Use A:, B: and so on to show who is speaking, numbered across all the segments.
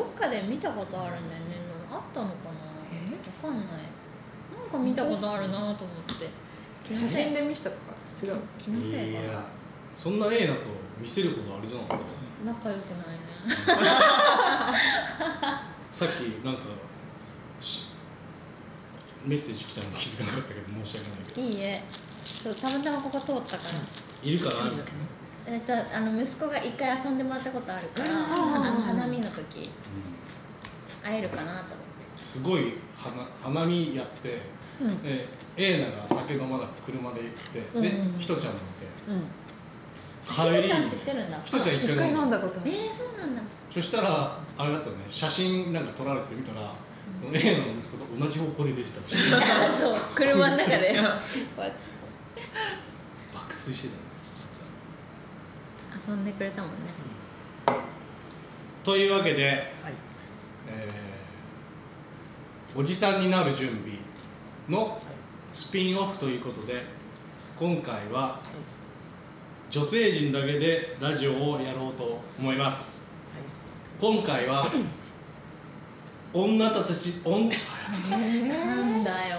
A: たことあるんだよねなあったのかなわかんないなんか見たことあるなと思って気の
B: 写
A: せい
B: 真で見したとか違う
A: 気のせいか
C: いやそんな絵だと見せることあれじゃなかったかな
A: な仲良くないね
C: さっきなんかしメッセージ来たの気づかなかったけど申し訳ないけど
A: いいえそうたまたまここ通ったから
C: いるかなみたいな、
A: えそうあの息子が一回遊んでもらったことあるから
B: うん
A: あの花見の時会えるかなと思って
C: すごい花花見やって、
A: うん
C: でエイナが酒飲まなくて車で行って、
A: うん
C: で
A: うん
C: ひとちゃんもい
B: うん
C: て帰
A: ひと
C: り
A: ちゃん知ってるんだ
C: ひとちゃん一
B: 一
C: 回
B: 回
C: 飲
B: 飲
C: ん
B: ん
C: だ
B: だことあ
A: え
B: る
A: ー、そうなんだ
C: そしたらあれだったよね写真なんか撮られてみたら、そのエイナの息子と同じ方向で出てた
A: あ そう車の中でこうやって
C: 爆睡してたね
A: 遊んでくれたもんね
C: というわけで、
D: はい
C: えーおじさんになる準備」のスピンオフということで今回は女性陣だけでラジオをやろうと思います今回は女たち女
A: なんだよ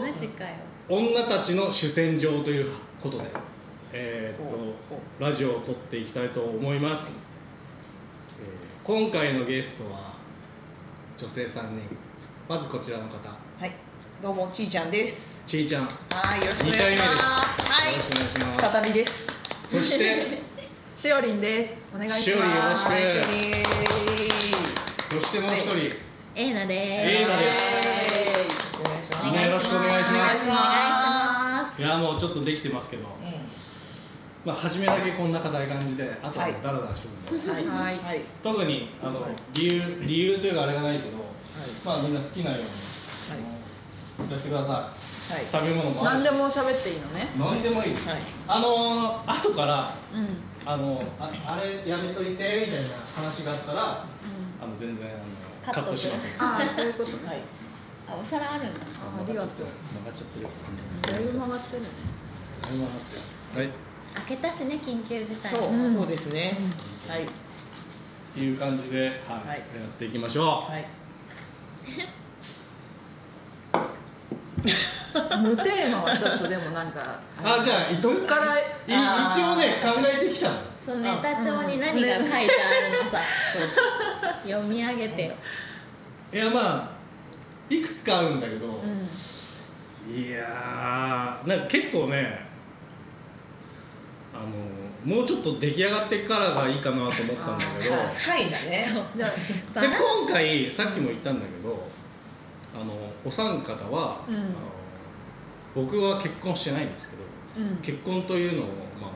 A: マジかよ
C: 女たちの主戦場ということで、えーっと
D: ほうほ
C: ラジオを撮っていきたいと思います、えー今回のゲストは女性3人まずこちらの方
D: はいどうもちいちゃんです
C: ちいちゃん2
D: はいよろしくお
C: 回目
D: 願
C: で
D: い
C: す、
D: します
C: よろしくお願いし
D: は
C: ま
D: い再びです
C: すそして
B: しおりんですお願いします
C: しおりんよろしく
D: はい一緒に
C: そしてもう一人、
A: エイナで
C: エイナです
D: お願いします
C: みんなよろしくお願いします
A: お願いします
C: いやもうちょっとできてますけど、まあ初めだけこんな硬い感じであとはもうダラダラしてるんで、
D: はい
B: は
D: はいいはい
C: 特にあの理由理由というかあれがないけど、まあみんな好きなように、あのやってください食べ物もあ
B: 何
C: るし
B: でも喋っていいのね
C: 何でもいい、
D: はい
C: あのー、後から
B: うん
C: あのーああれやめといてみたいな話があったら、あの全然あの
A: カ
C: カ
A: ッ
C: ッ
A: ト
C: ト
A: す
C: し
A: る
C: ますよ
B: ああそう いうことね
D: はい
A: あお皿あるんだ
B: ありがとう
C: 曲がっちゃってる
B: だいぶ曲がってるね
C: はいっ
A: 開けたしね緊急事態
D: そう
B: うん
D: そうですねはい
C: ていう感じで、はい
D: はい
C: やっていきましょう
D: はい
B: 無テーマはちょっとでもなんか
C: あじゃあど
B: こっから
C: い一応ね考えてきたの
A: そうネタ帳に何が書いてあるのさ
D: そうそうそうそう
A: 読み上げてよ
C: いやまあいくつかあるんだけど、
B: うん
C: いやーなんか結構ねあのもうちょっと出来上がってからがいいかなと思ったんだけど
D: あ深いんだね
A: そう
B: じゃあ
A: バ
C: で
A: ランス
C: 今回さっきも言ったんだけどあのお三方は、
B: うん
C: あの僕は結婚してないんですけど
B: うん
C: 結婚というのを、まあ、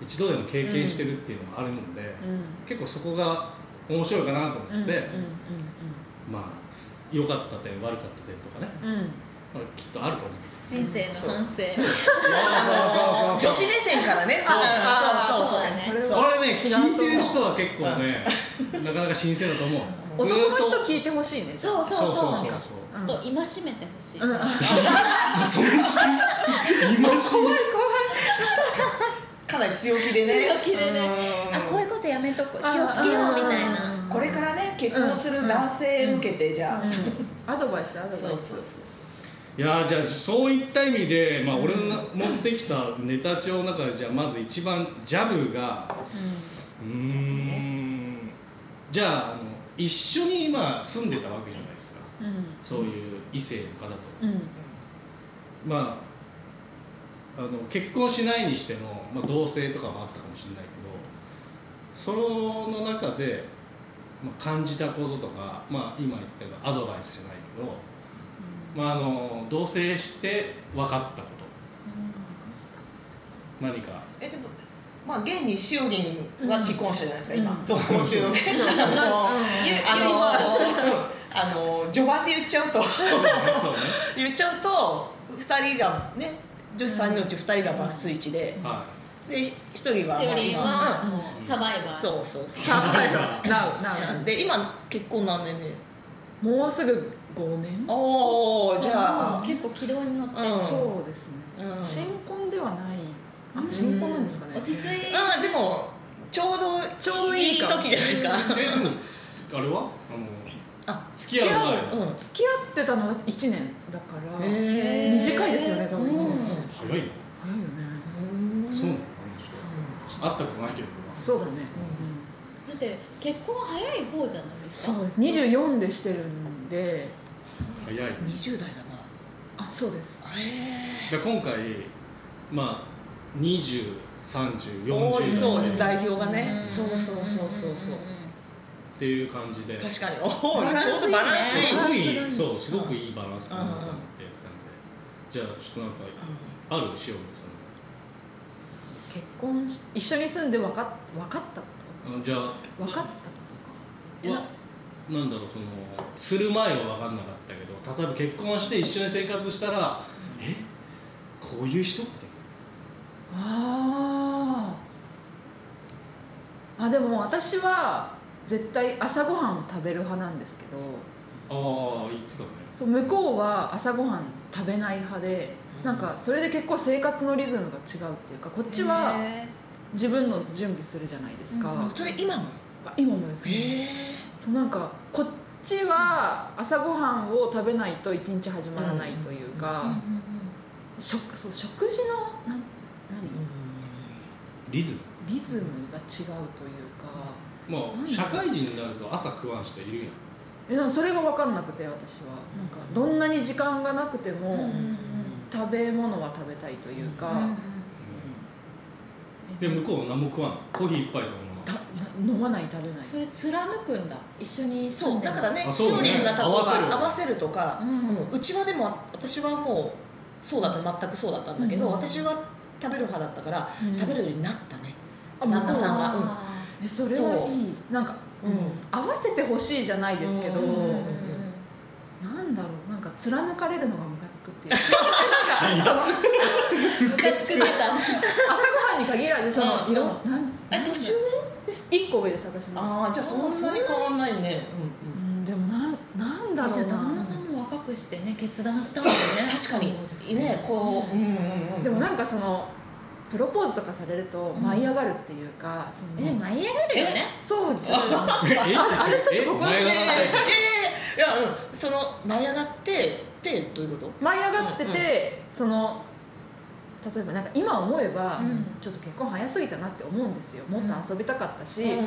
C: 一度でも経験してるっていうのもあるので、
B: うん
C: 結構そこが面白いかなと
B: うん
C: 思
B: う
C: っ
B: ん
C: て、まあす良かった点悪かった点とかね、
B: うんうん
C: まあ、きっとあると思う。
A: 人生の反省
C: そう
D: 女子目線からねそうそうそうそう
A: あーそうだね
B: それ
C: こ
B: は
C: れね聞いてる人は結構ねなかなか新鮮だと思う ず
B: 男
C: ー
B: の
C: っ
B: 人
C: と
B: 聞いてほしいね
A: そうそう
C: そう
A: そ
C: そうう
A: な
C: そ
A: ん
C: う
A: かちょっと戒めてほしい
B: うんあ
C: そうそれにして今し
D: かなり強気でね
A: 強気でね
D: うん
A: あこういうことやめとこう気をつけようみたいな
D: これからね結婚する男性向けてじゃあ
A: うん
B: アドバイスアド
D: そう
B: バイス
D: そうそうそう
C: いやーじゃあそういった意味で、まあ、俺の持ってきたネタ帳の中でじゃあまず一番ジャブがうーんじゃああの一緒に今住んでたわけじゃないですか
B: うん
C: そういう異性の方と
B: うん
C: まあ、あの結婚しないにしても、まあ、同棲とかもあったかもしれないけどその中で、まあ、感じたこととか、まあ、今言ったようなアドバイスじゃないけど、まあ、あの同棲して分かったこと何か
D: えでもまあ現にしおりんは既婚者じゃないですか今続行中のね あのあの序盤で言っちゃうと
C: そうね
D: 言っちゃうと2人がね女子3人のうち2人がバツイチで
C: は
D: で1人は
A: し
D: ま
A: お
D: あ
A: りん
D: 今
A: はもうサバイバー
D: そうそうそ
B: サバイバーなうな
D: うで今結婚何年目
B: うもうすぐ五年
D: おおじゃあ
A: 結構軌道に乗って
D: うん
B: そうですね、
D: うん
B: 新婚ではないあ
A: うん
B: 新婚なんですかね
A: 落ち着い
D: ああでもちょうど
B: ちょうどいいか
D: 時じゃないですか
C: い、えでもあれはあの
D: あ
C: 付き合う際は
D: うん
B: 付き合ってたのが1年だから、
D: へ
A: ー
B: 短いですよね多分1
A: うん
B: 年、
C: 早いな
B: 早いよね
C: そうなの
B: そう
C: 会ったことないけど
B: そうだね、
A: だって結婚は早い方じゃないです
B: そ
A: か
B: うです24でしてるんで
C: 俺は早い
D: 二十代だな
B: あそうです
D: え
C: で今回まあ
D: え多いそうね
C: 203040っ
D: 代表がね
A: ん
D: そうそうそうそうそうん
C: ていう感じで
D: 確かにおお
A: バランスいいね
D: ちょうどバランスいい
C: すご
A: バラン
C: い
A: スがいい
C: そうすごくいいバランスだなと思ってやったんでじゃあちょっとなんかある塩見さん
B: 結婚し一緒に住んで分かっ分かったこ
C: あのじゃあ
B: と分かったことかえな
C: わなんだろうそのする前は分かんなかったけど例えば結婚して一緒に生活したらえこういう人って
B: あーあでも私は絶対朝ごはんを食べる派なんですけど
C: ああ言ってたね
B: そう向こうは朝ごはん食べない派でなんかそれで結構生活のリズムが違うっていうかこっちは
A: へ
B: 自分の準備するじゃないですか、
A: うん
D: それ今も
B: あ今もです
D: へ
B: ね
D: え
B: そうなんかこっちは朝ごはんを食べないと一日始まらないというか、
A: ーうんうん
B: 食そう食事のなん何
C: リズム
B: リズムが違うというか
C: も
B: なん
C: う
B: だ
C: 社会人になると朝食わん人いるやん
B: えなんかそれが分かんなくて私はなんかどんなに時間がなくても、
A: うんうん
B: 食べ物は食べたいという
A: うんうんうん
B: か、
C: で向こう何も食わんコーヒー一杯とか飲ま
B: た
C: ん
B: な飲まない食べない
A: それ貫くんだ一緒に住
D: そ
A: ん
D: う
A: で
D: だ
A: も
D: からね
C: あ
D: し
C: そう
D: お
C: だね
D: りんが例えば
C: 合わせる
D: 合わせるとか
A: うん
D: うんうちはでも私はもうそうだった全くそうだったんだけ
B: う
D: ど
B: ん
D: 私は食べる派だったから
B: うん
D: 食べるようになったね
B: あ
D: 旦那さんが
A: あ
B: えそれはいいなんか
D: うん
B: 合わせてほしいじゃないですけど、
D: う
A: ーうんうんんうん
B: なんだろうなんか貫かれるのがムカつくっていうなんかその
A: ムカつく出た
B: 朝ごはんに限らずその
D: うん
B: 色なん
D: え年上
B: 1個上です私も
D: ああじゃあそんなに変わんないねうん
B: う
D: うん
B: んでもなんなんだろ
A: じゃあ
B: うな
A: 旦那さんも若くしてね決断したんだよね
D: 確かにねこううんうんうん
B: でもなんかそのプロポーズとかされると
A: ん
B: 舞い上がるっていうか、その
A: え舞い上がるよね
B: そうず
C: ええ
B: ああれちょっと
C: え
B: ここ
C: 前
D: え
C: が長い
D: ーえーいやうんその舞い上がってってどういうこと
B: 舞い上がってて、その例えばなんか今思えば、
A: うん
B: ちょっと結婚早すぎたなって思うんですよもっと遊びたかったし、
D: うん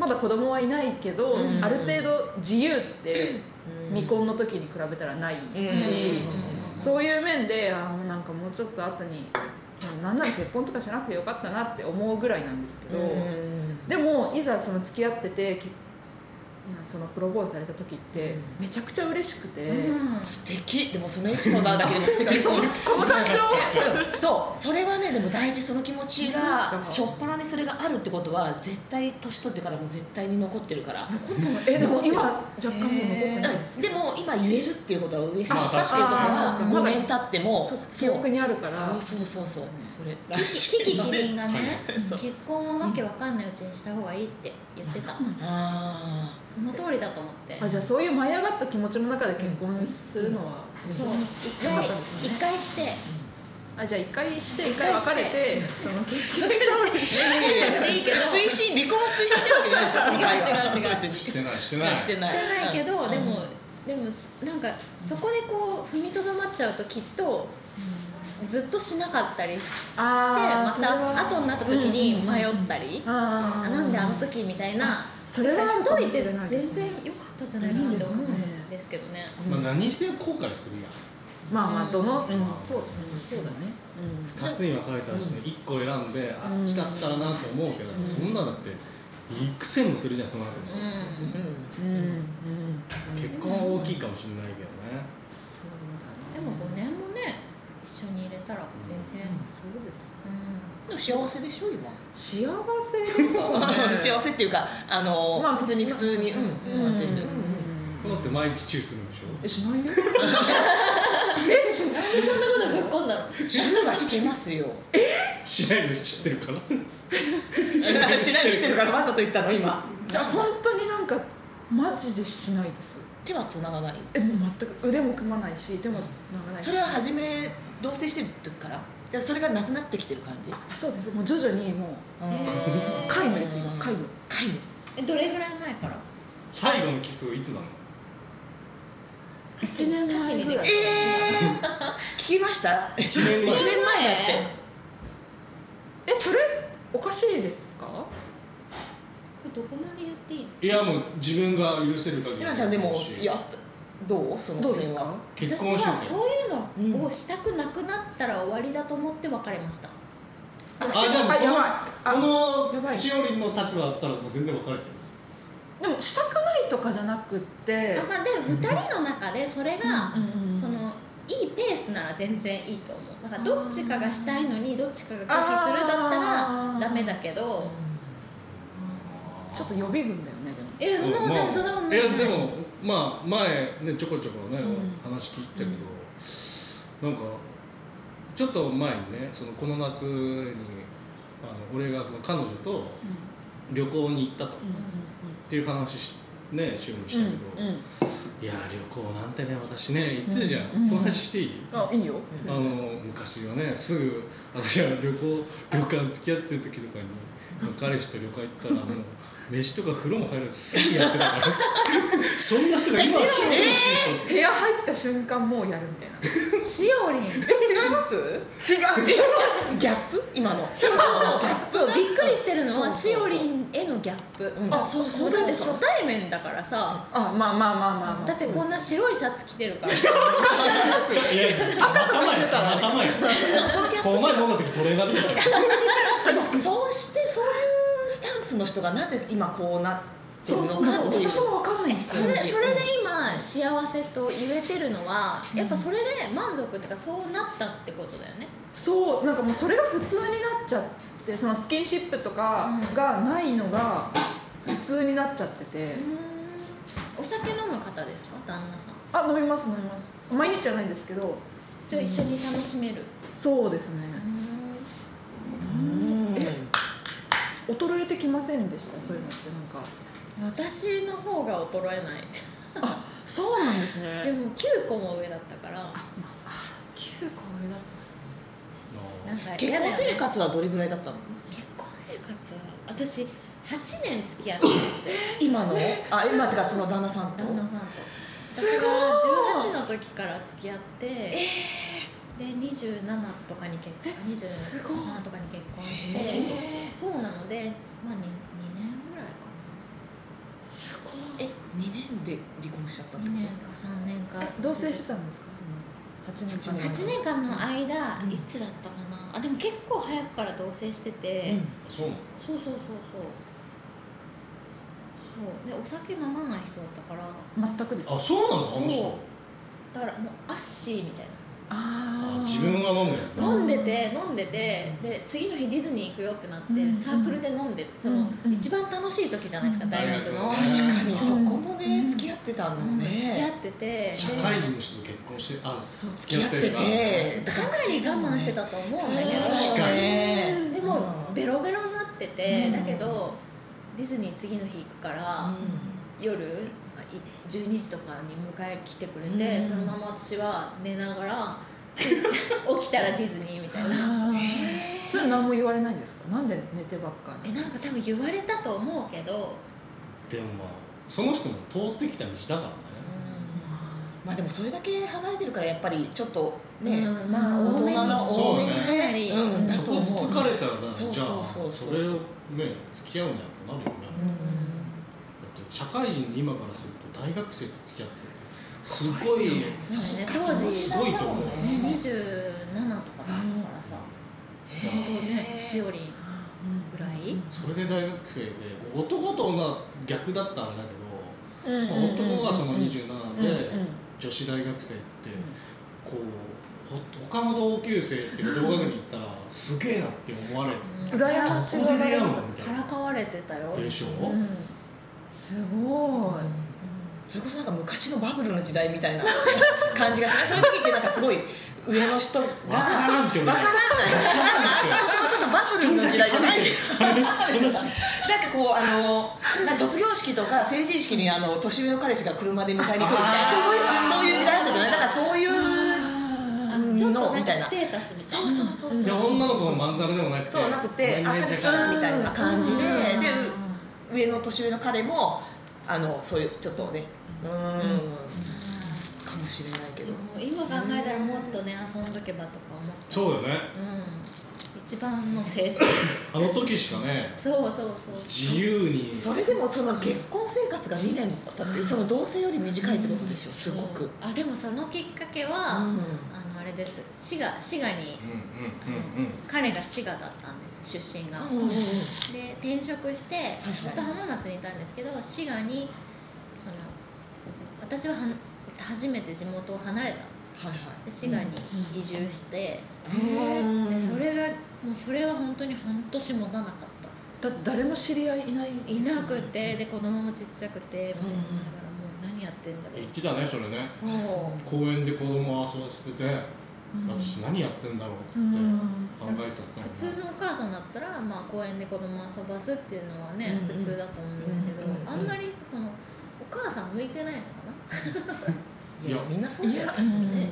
B: まだ子供はいないけど、
D: うん
B: ある程度自由って未婚の時に比べたらないし、
D: うん
B: そういう面であーなんかもうちょっと後になんなら結婚とかしなくてよかったなって思うぐらいなんですけど。
D: うん
B: でもいざその付き合っててけなそのプロポーズされた時って
D: うん
B: めちゃくちゃ嬉しくて、
A: うん
D: 素敵でもそのエピソードだけでも素敵
B: そこの感情
D: うんそうそれはねでも大事その気持ち
B: そう
D: が
B: か
D: しょっぱなにそれがあるってことは絶対年取ってからも絶対に残ってるから
B: 残ってないえでも今若干もう残ってないです
D: うんでも今言えるっていうことは嬉しかった
C: あ
D: っていうこと
B: あ
D: は
B: ー
D: 5年経っても
B: そう
D: そ
B: 記
D: う
B: 憶にあるから
D: そうそうそうそうそれ
A: キキキリンがね
D: いそう
A: 結婚はわけわかんないうちにした方がいいって言ってた
D: あ
A: その通りだと思って
B: あじゃあそういう舞い上がった気持ちの中で結婚するのは、
A: そう一
B: よかっ
A: 回
B: たですね
A: 一回して
B: あじゃあ一回して
A: 一
B: 一
A: 回
B: 回
A: して
B: 別れてその結局したのに
D: あ いやいやいや
A: いいけど
D: 推進離婚を推進してるわけじゃないですよ
A: 違う違う違う
D: 別に
C: してないしてない
D: して
A: し
D: ない
A: てないけ
D: う
A: ど
D: ん
A: でもでもなんかそこでこう踏みとどまっちゃうときっとずっとしなかったりししてま
B: あーそれは
A: た後になった時に迷ったり
B: あ
A: あなんであの時みたいな
B: それはあ
A: し
B: るか
A: とい
B: もしてれないですね
A: 全然良かったんじゃないかなって思うんですけどね
C: まあ、何せ後悔するやん
B: まあまあどの、うん
C: うん
B: そううんそうだね、うん
C: 2つに分かれたらその1個選んで、あっちだったらなと思うけど、そんなだって幾千もするじゃんその後も
A: うん
D: うん
B: うんうん、
C: 結婚は大きいかもしれないけどね
B: そう
A: で
B: だね
A: も5年もね一緒に入れたら全然
B: まあそうです
A: う
D: でも幸せでしょ今
B: 幸せですよね
D: 幸せっていうかあの
B: まあ
D: 普通に普通にうん
B: うん
D: 安定してる
B: うん
C: だって毎日チューするんでしょ
B: えしないよ
A: んそんな
B: えしない
A: ことぶっこんだの
D: チューはしてますよ
C: しないの知ってるから
D: しないしないにしてるからわざと言ったの今
B: じゃあ本当になんかマジでしないです
D: 手は繋がない
B: えもう全く腕も組まないし手もつながないし
D: それは初め同棲してる時からじゃあそれがなくなってきてる感じ
B: あそうですもう徐々にもう
D: うん
A: へー
B: 皆無です今皆無
D: 皆無
A: えどれぐらい前から
C: 最後のキスをいつなの
B: 1年
A: 歌詞
B: 前
A: に
B: ぐ
A: ね
B: らい
D: えー、聞きました1
C: 一 年前
D: 年前だって
B: えそれおかしいですか
A: これどこまで言っていいの
C: いやもう自分が許せる限り
D: ひなちゃんでもやっどうその
B: どうで
D: 辺
B: すか
D: は
C: 結
A: 私
C: 婚して
A: は
C: て
A: そういうのをしたくなくなったら終わりだと思って別れました、
C: あじゃあもう
B: やばい
C: こ
B: あ
C: の
B: や
C: こ
B: ば
C: の
B: い
C: しおりんの立場だったらもう全然別れてる
B: でもしたくないとかじゃなくって
A: あまあ、でも2人の中でそれが、
B: うんうんうん
A: そのいいペースなら全然いいと思うなんかどっちかがしたいのにどっちかが拒否するだった
B: あ
A: ら
B: ー
A: ダメだけど
B: ちょっと予備軍だよねでも
A: えそんなことないそんなことない
C: いやでもまあ前ねちょこちょこ
B: う
C: ね、
B: ん
C: 話聞いてたけど、なんかちょっと前にねそのこの夏にあの俺がその彼女と旅行に行ったと、
B: うん
C: っていう話しねしおりんしたけど、
B: うんうん
C: いや旅行なんてね私ね行ってたじゃん、
B: うん
C: その話していい、
B: あいいよ
C: あの昔はねすぐ私は旅行旅館付き合ってる時とかに彼氏と旅館行ったらもう飯とか風呂も入らずすぐやってたからそんな人が今はキスのシー
B: 部屋入った瞬間もうやるみたいな
A: しお りん
B: え違います
D: 違う ギャップ今のそう
A: そうびっくりしてるのは
D: そう
A: し
D: そうそ
A: お
D: う
A: りんへのギャップ、
D: うんあそうそうそう
A: だって初対面だからさ、
B: あまあまあまあまあ、まあ、
A: だってこんな白いシャツ着てるから
C: トちょいやいや仲間や仲間やこの前飲んだ時トレーナーできたから
D: そうしてそういうスタンスの人がなぜ今こうなってるのかっていう
B: も分かんないんで
A: それそれで今幸せと言えてるのはやっぱそれで満足っていうかそうなったってことだよね
B: そうなんかもうそれが普通になっちゃってそのスキンシップとかがないのが普通になっちゃってて、
A: お酒飲む方ですか旦那さん
B: あ飲みます飲みます毎日じゃないんですけど
A: じゃあ一緒に楽しめる
B: そうですね
D: うん
B: 衰えてきませんでしたそういうのってなんか
A: 私の方が衰えない
B: そうなんですね
A: でも9個も上だったから
B: 9個上だと
A: なんか
D: 結
A: 嫌だ
D: 婚
A: よね
D: 生活はどれぐらいだったの
A: 結婚生活は私8年付き合ってるんですよ
D: 今のあ今ってかその旦那さんと
A: 旦那さんと
B: すごい
A: 私が18の時から付き合ってで27とかに結婚
B: すごい
A: 27とかに結婚して
B: え
A: そうなので、まあ、2, 年ぐらいか
D: え二年で離婚しちゃったっ
A: な
D: て
A: 2
D: こ
A: 年か3年か
B: え同棲してたんですかその8年間
A: 8年間の間、
D: うん
A: いつだったかなあでも結構早くから同棲してて、
D: と
C: そうなの
A: そうそうそうそうそうでお酒飲まない人だったから
B: 全くです
C: あそうなのこ
A: そ
C: の
A: う
C: 人
A: だからもうアッシーみたいな
B: あ
C: あ自分が飲むやんな
A: 飲んでて飲んでてで次の日ディズニー行くよってなって、
B: うん
A: サークルで飲んでその、
B: うん
A: 一番楽しい時じゃないですか、
B: うん
A: 大学の
C: 大学
D: 確かにそこもね、
B: うん
D: 付き合ってたの
A: うん付き合っ
D: ね、
A: ててで
C: 社会人の人と結婚してあ
D: そう
C: 付
D: 付
C: き合っ
D: き合ってて
C: る
D: て
C: か
A: かなり我慢してたと思うんだ
D: そう
A: け
D: だよね
A: どでもベロベロになってて、
D: うん
A: だけどディズニー次の日行くから、夜い12時とかに迎え来てくれて、
D: うん
A: そのまま私は寝ながら 起きたらディズニーみたいな。
B: あーそれ何も言われないんですかなんで寝てばっか
A: え
B: り
A: なんか多分言われたと思うけど、
C: でもまあその人も通ってきた道だからね
D: まあでもそれだけ離れてるからやっぱりちょっとね、
A: うんまあ
D: 大人の
C: 多
D: 多
C: め
D: め
C: に
D: に
A: そうねかなり
D: うん、だ
C: そ
D: と
C: こ
D: 思
C: を
D: う
C: つつかれたらだって
D: そう
C: じゃあ
D: そうそう
C: そ
D: そう
C: れをね付き合うなよってなるよね
D: う
C: だっ
D: ん
C: て社会人に今からすると大学生と付き合ってるってすごい
A: そうね
D: そっか
A: 当時
D: そんな
C: すご
D: もん
C: いと思う
A: ね、27とかだったからさ、本当ねしおりんぐらい、
C: それで大学生で男と女は逆だったらあれだけ
B: うん
C: ど、まあ男がその27で
B: うんうん
C: 女子大学生ってこうほ他の同級生っていうか同学年行ったらすげえなって思われる
A: うん
B: 羨ましがられるんだ
C: ここで出会うのみたい
A: か
C: な
A: らかわれてたよ
C: でしょ
A: うんうん
B: すごい
D: それこそなんか昔のバブルの時代みたいな感じがしないそういう時ってなんかすごい上の人がわ
C: わからんって俺
D: わからないなんか私もちょっとバブル の時代じゃないなんかこうあのなんか卒業式とか成人式にあの年上の彼氏が車で迎えに来るみたいなそういう時代だったじゃないだからそういう
A: あちょっと
D: の
A: な
D: み
A: んか
D: たいな
A: ステータスみたい
D: そう
A: な
D: そうそう
C: で
D: そう
C: 女の子もまんざらでもなくて
D: そうなくてあ
C: ごめんね
D: 彼
C: だ
D: 氏
C: か
D: 来
C: ら
D: たみたいな感じで
B: うん
D: で上の年上の彼もあのそういうちょっとねうんかもしれないけど
A: もう今考えたらもっとね遊んどけばとか思って
C: そうだよね
A: うん一番の青春
C: あの時しかね
A: そうそうそう
C: 自由に
D: それでもその結婚生活が2年だってその同棲より短いってことでしょすご
A: そう
D: く。
A: あでもそのきっかけは、
D: うん
A: あのあれです滋賀滋賀に、
C: うんうんうんうん
A: 彼が滋賀だったんです出身が、
D: うんうんうん
A: で転職して
D: はい
A: ずっと浜松にいたんですけど滋賀にその私はは初めて地元を離れたんですよ
D: はい
A: で滋賀に移住して、
D: はいうん
A: でそれがもうそれは本当に半年もたなかっ
B: だって誰も知り合いいない
A: たいなくてで子供もちっちゃくてみたいなだからもう何やってんだろう
C: 言ってたねそれね
A: そう
C: 公園で子供を遊ばせてて、私何やってんだろうって言って考えたって
A: 普通のお母さんだったら、まあ、公園で子供遊ばすっていうのはね、
D: うんうん
A: 普通だと思うんですけど、
D: うんうんうん
A: あんまりそのお母さん向いてないのかなっ
C: い
D: いや
C: や
D: みんなそうだよね、
B: いや
D: うん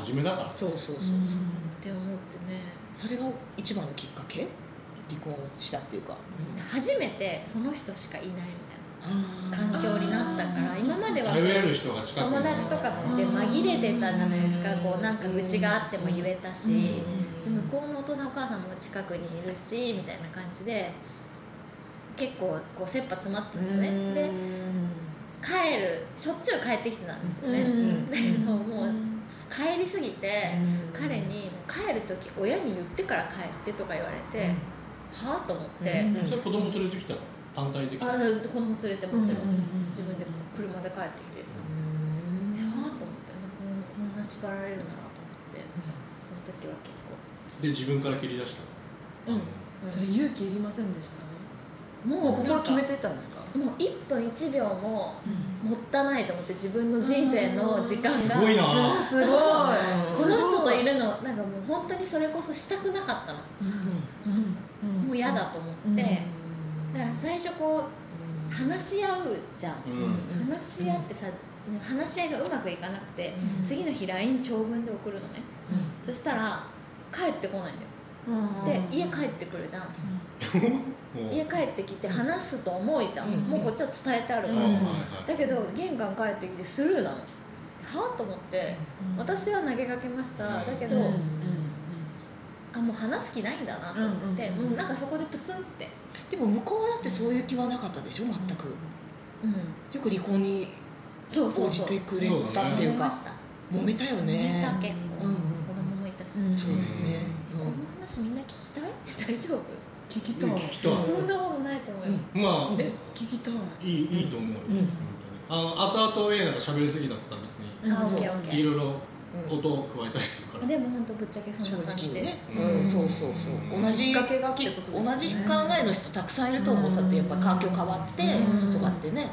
C: 初めだから
D: そうそうそうそう、
A: て思ってね
D: それが一番のきっかけ離婚したっていうか、
A: 初めてその人しかいないみ
D: あ
A: たいな環境になったから今までは
C: 頼れる人が近くに
A: 友達とかって紛れてたじゃないですかこうなんか愚痴があっても言えたしで向こうのお父さんお母さんも近くにいるしみたいな感じで結構こう切羽詰まってたんですねで帰るしょっちゅう帰ってきてたんですよね、
B: うん
A: だけどもう帰りすぎて、
D: うん
A: 彼に「帰る時親に言ってから帰って」とか言われて、はあと思って、
D: うん
C: それ子供連れてきたの単体で来
A: あ
C: たの
A: 子供連れてもちろん,、
B: うんうんうん
A: 自分でも車で帰ってきてさ、えはあと思ってもうこんな縛られるならと思って、その時は結
C: で自分から切り出した
A: 構、うん
B: それ勇気いりませんでした
A: も
B: もう
A: う
B: 心
A: なんか
B: 決めてたんですか
A: もう1分1秒ももったいないと思って自分の人生の時間が
C: のすごいな
B: すごい
A: この人といるのなんかもう本当にそれこそしたくなかったの、もう嫌だと思って、だから最初こう話し合うじゃん、
C: うん、
A: 話し合ってさ話し合いがうまくいかなくて、次の日 LINE 長文で送るのね、そしたら帰ってこないんだよで家帰ってくるじゃん、
C: もう
A: 家帰ってきて話すと思いじゃん、
D: うん
A: もうこっちは伝えてあるから、
C: はいはい
A: だけど玄関帰ってきてスルーなのはあと思って、私は投げかけました、だけど、
B: うん
A: あもう話す気ないんだなと思って、
B: うんうんうん
A: もうなんかそこでプツンって、
D: でも向こうはだってそういう気はなかったでしょ全く
A: うん、
D: よく離婚に
A: そうそう
D: 応
A: そ
D: じ
A: う
D: てくれたってい
A: 揉
D: う
A: め
D: か
A: ました
D: 揉めたよ
A: 揉め
D: ね
A: た結構、
D: うんうん
A: 子供もいたし、
B: うん
D: そうだよね
A: この話みんな聞きたい大丈夫
B: 聞き
C: う
B: たい
C: ん、聞きたい
A: そんなことないと思うよ、
C: ま
B: え聞きたい
C: あいいいいと思うよ、
D: うん
C: 本当にあの後々えなんか喋りすぎだって言ったら別に
B: うん
A: あオッケーオッ
B: そう
A: ケ
C: い
A: ー
C: ろいろ音を加えたりするから、
A: でも本当ぶっちゃけそ
D: 正
A: んな感
D: 直
A: じ
D: に
A: で
D: ね
A: す、
D: うん、そうそうそう同じ
B: きっかけがってことですよね
D: 同じ考えの人たくさんいると思うさってやっぱ環境変わってとかってね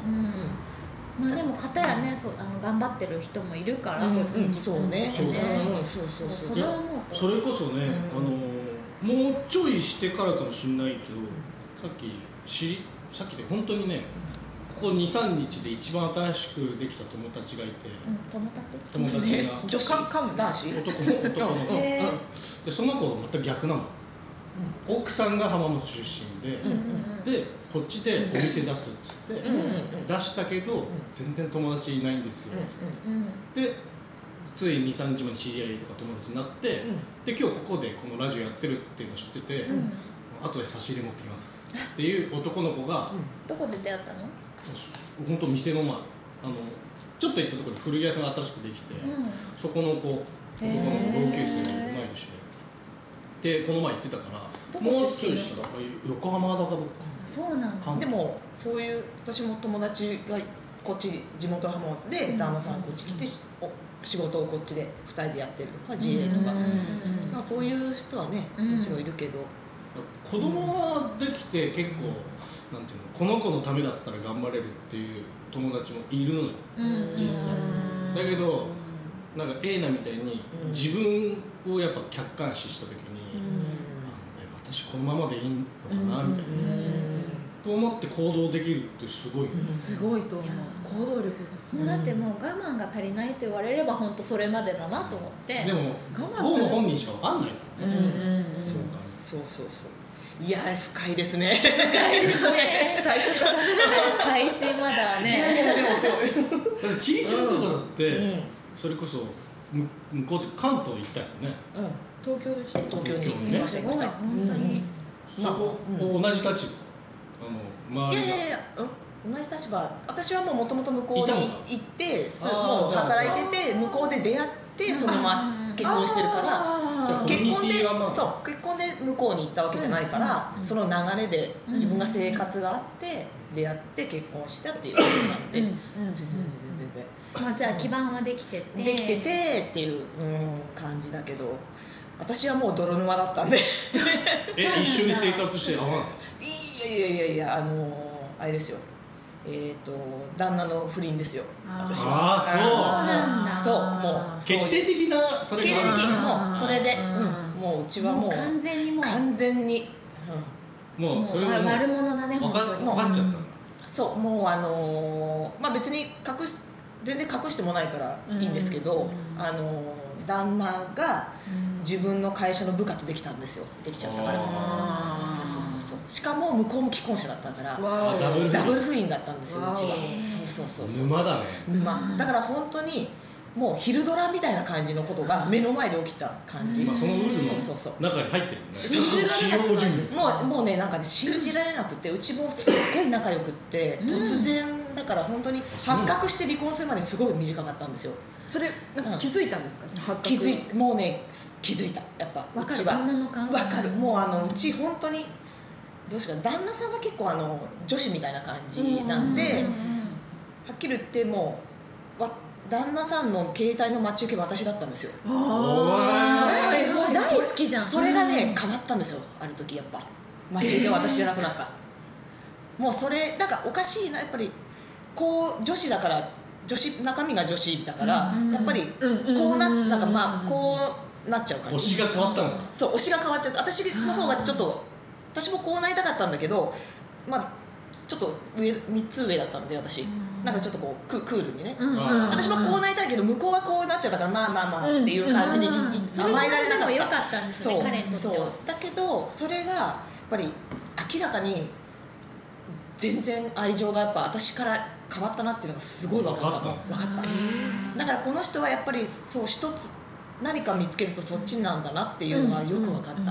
A: うんまあでも片やねそうあの頑張ってる人もいるから、こっち
D: うん
A: に
D: そうね
C: そうだね
D: んそうそうそう
A: それは思うと
C: それこそね、あのもうちょいしてからかもしれないけどさっきしさっきで本当にねここ23日で一番新しくできた友達がいて
A: うん、友達
C: 友達が
D: 女子
B: かむ
D: 男子
C: 男の男の子
D: うん
A: へー
C: でその子は全く逆なの、奥さんが浜松出身で、でこっちでお店出すっつって、
D: うんうん
C: 出したけど、全然友達いないんですよっつって、
A: うん
C: でつい23日まで知り合いとか友達になって、
D: うん
C: で今日ここでこのラジオやってるっていうのを知ってて、
A: うん
C: 後で差し入れ持ってきますっていう男の子が、
A: どこで出会ったの
C: 本当店の前あのちょっと行ったところに古着屋さんが新しくできて、
A: ん
C: そこの子男の子同級生の同い年ででこの前行ってたから
A: ど
C: も
A: こ
C: うち
A: 出
C: ょい
A: 身の
C: したら横浜だかどっか
A: あそうなんだ
C: 韓
D: でもそういう私も友達がこっち地元浜松で旦那さんこっち来てしお仕事をこっちで2人でやってるとか自営とか
A: うん
D: まあそういう人はね
A: うん
D: もちろんいるけど
C: 子供ができて結構、なんていうのこの子のためだったら頑張れるっていう友達もいるのよ
A: うん
C: 実際だけどなんかエイナみたいに自分をやっぱ客観視した時に、あのえ私このままでいいのかなみたいな、と思って行動できるってすごいよね、
B: すごいと思う行動力がす
A: もうだってもう我慢が足りないと言われれば本当それまでだなと思って
C: でも
B: 我慢する
C: どうも本人しかわかんないからね、
B: うんうんうん
C: そうか
D: そうそうそういや深いですね
B: 最初から
A: 配信まだ
D: いやい
A: ね
D: やでもそう
C: だってちいちゃんとかだって、
D: うん
C: それこそむ向こうって関東行ったよね
D: うん
B: 東京でした
D: 東京に住みまし
A: す
D: た
A: ごい本当に、
C: そこ、
D: う
C: 同じ立場あの
D: い
C: 周り
D: やい
C: が
D: やいや、うん、同じ立場私はもうもともと向こうに行ってす
C: いたの
D: もう
C: あーじゃあ
D: 働いてて向こうで出会ってそのま
A: う
D: ま
A: ん
D: 結婚してるから
C: じゃあ
B: ら
C: ー
D: 結
C: コ
D: 婚
C: ミュ
D: で
C: ニティがまあ
D: そう結婚で向こうに行ったわけじゃないから、その流れで
A: うん
D: 自分が生活があって出会って結婚したっていうことなんで、全然全然全
A: まあ、じゃあ基盤はできてて
D: 然できててっていう、うん、感じだけど私はもう泥沼だったんでい
C: え一緒に生活して合わない
D: やいやいやいやあのーあれですよえっ、と旦那の不倫ですよ
A: あー
D: 私は。
C: あ
A: そう
C: あ
A: なんだ
D: そうもう
C: そう決定的なそれ
D: 経
C: が
D: 歴
C: ある
D: もうそれで、
A: うん
D: うんもううちは
A: も
D: も
A: う
D: う
A: 完全にもう
D: 完全に、
C: も
A: も
C: うそれ
A: う
C: が
A: わ
C: もう
A: 悪者だね
C: 分
A: 本
C: か
A: 当
C: っ
A: に
C: 分かっちゃったんだ
D: うんそうもうあのーまあ別に隠し全然隠してもないからいいんですけど、
A: うん
D: あのー旦那が
A: うん
D: 自分の会社の部下とできたんですよできちゃったから
C: あ
A: ー
D: そうそうそうそうしかも向こうも既婚者だったから
B: わ
C: あダブル
D: ダブル不倫だったんですようちは
B: わ
A: お
D: そうそうそうそう
C: 沼だね
D: 沼だから本当にもう昼ドラみたいな感じのことが目の前で起きた感じ、
C: まあその渦の
D: そうそうそう
C: 中に入ってるね
A: 信じられない
C: 使用準備
D: もうもうねなんかね信じられなくてうちもすっごい仲良くって
A: ん
D: 突然だから本当に
C: そう
D: 発覚して離婚するまですごい短かったんですよ
B: それなんか気づいたんですかその発覚
D: 気づいもうね気づいたやっぱ
A: わ
D: う
A: か
D: ち
A: る
D: は
A: 旦那の感
D: わかるもうあのうち本当にどうしようか旦那さんが結構あの女子みたいな感じなんで、
A: うん
D: はっきり言ってもうわ旦那さんの携帯の待ち受けは私だったんですよ
B: あ
A: はいはい大好きじゃん
D: それがね変わったんですよある時やっぱ待ち受けは私じゃなくなった、もうそれなんかおかしいなやっぱりこう女子だから女子中身が女子だから、
A: うんうん
D: やっぱり
B: うん
D: こうな
B: うん
D: なんかまあこうなっちゃうから
C: 推しが変わったのか
D: そう推しが変わっちゃった私の方がちょっと私もこうなりたかったんだけどまあちょっと上3つ上だったんで私、
A: ん
D: なんかちょっとこうククールにね、
A: うんうん
C: あー
D: 私もこうなりたいけど向こうはこうなっちゃったからまあまあまあっていう感じにい
A: うんうん
D: 甘えられ
A: それが
D: なか
A: でも良
D: っ
A: か
D: た
A: ったんですね彼にとって
D: そう
A: は
D: だけどそれがやっぱり明らかに全然愛情がやっぱ私から変わったなっていうのがすごい分かった
C: 分か
D: 分かっただからこの人はやっぱりそう一つ何か見つけるとそっちなんだなっていうのがよく分かった、うん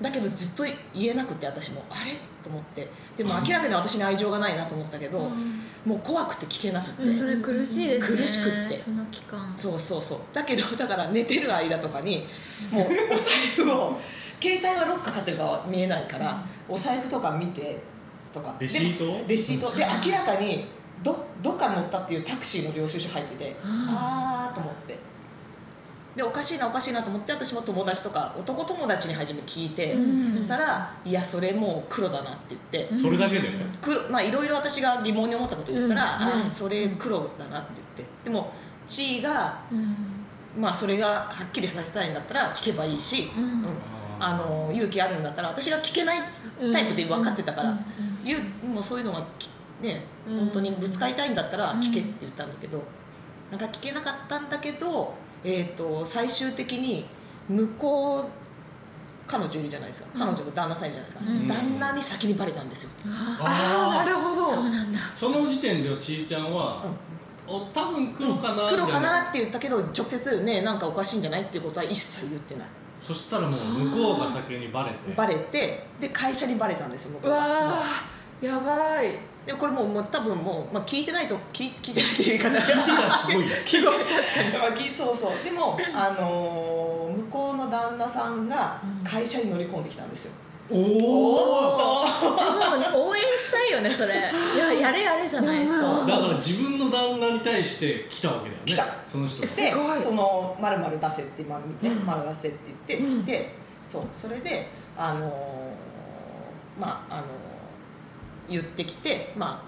D: だけどずっと言えなくて私もあれと思ってでも明らかに私に愛情がないなと思ったけど、もう怖くて聞けなくて、
A: うんそれ苦しいですね
D: 苦しくって
A: その期間
D: そうそうそうだけど だから寝てる間とかにもうお財布を携帯はロックかかってるかは見えないからお財布とか見てとか
C: レシート
D: でレシートで明らかにどどっかに乗ったっていうタクシーの領収書入っててああと思ってでおかしいなおかしいなと思って私も友達とか男友達に初め聞いて、
A: ん
D: そしたら「いやそれもう黒だな」って言って
C: それだけで
D: 黒まあいろいろ私が疑問に思ったこと言ったら
A: う
D: 「
A: んうん
D: ああそれ黒だな」って言ってでも地位が
A: うん
D: まあそれがはっきりさせたいんだったら聞けばいいし、
A: うん
D: あの勇気あるんだったら私が聞けないタイプで分かってたから、ゆもうそういうのがきね
B: うん
D: 本当にぶつかりたいんだったら聞けって言ったんだけど、なんか聞けなかったんだけど、えー、と最終的に向こう彼女いるじゃないですか彼女の旦那さんいるじゃないですか、
A: うん
D: 旦那に先にバレたんですよ。
A: あ
B: あーなるほど
A: そうなんだ
C: その時点ではちいちゃんは、お多分黒かな
D: 黒か
C: みたい
D: なって言ったけど直接ねなんかおかしいんじゃないっていうことは一切言ってない
C: そしたらもう向こうが先にバレて
D: バレてで会社にバレたんですよ向こ
B: う
D: うが
B: わーやばい
D: でもこれもうもう多分もう、まあ、聞いてないと聞い聞いてないっていう言い
C: 聞
D: 方
C: いてたらすごいよ
D: すごい確かに聞いそう そうでも、あのー向こうの旦那さんが会社に乗り込んできたんですよ、
C: おお
A: でも応援したいよねそれいややれやれじゃないですか
C: だから自分の旦那に対して来たわけだよね
D: 来た
C: その人が
D: です
B: ごい
D: その「まるまる出せ」って今見て「まる出せ」って言って来て、そうそれであのーまああのー言ってきてまあ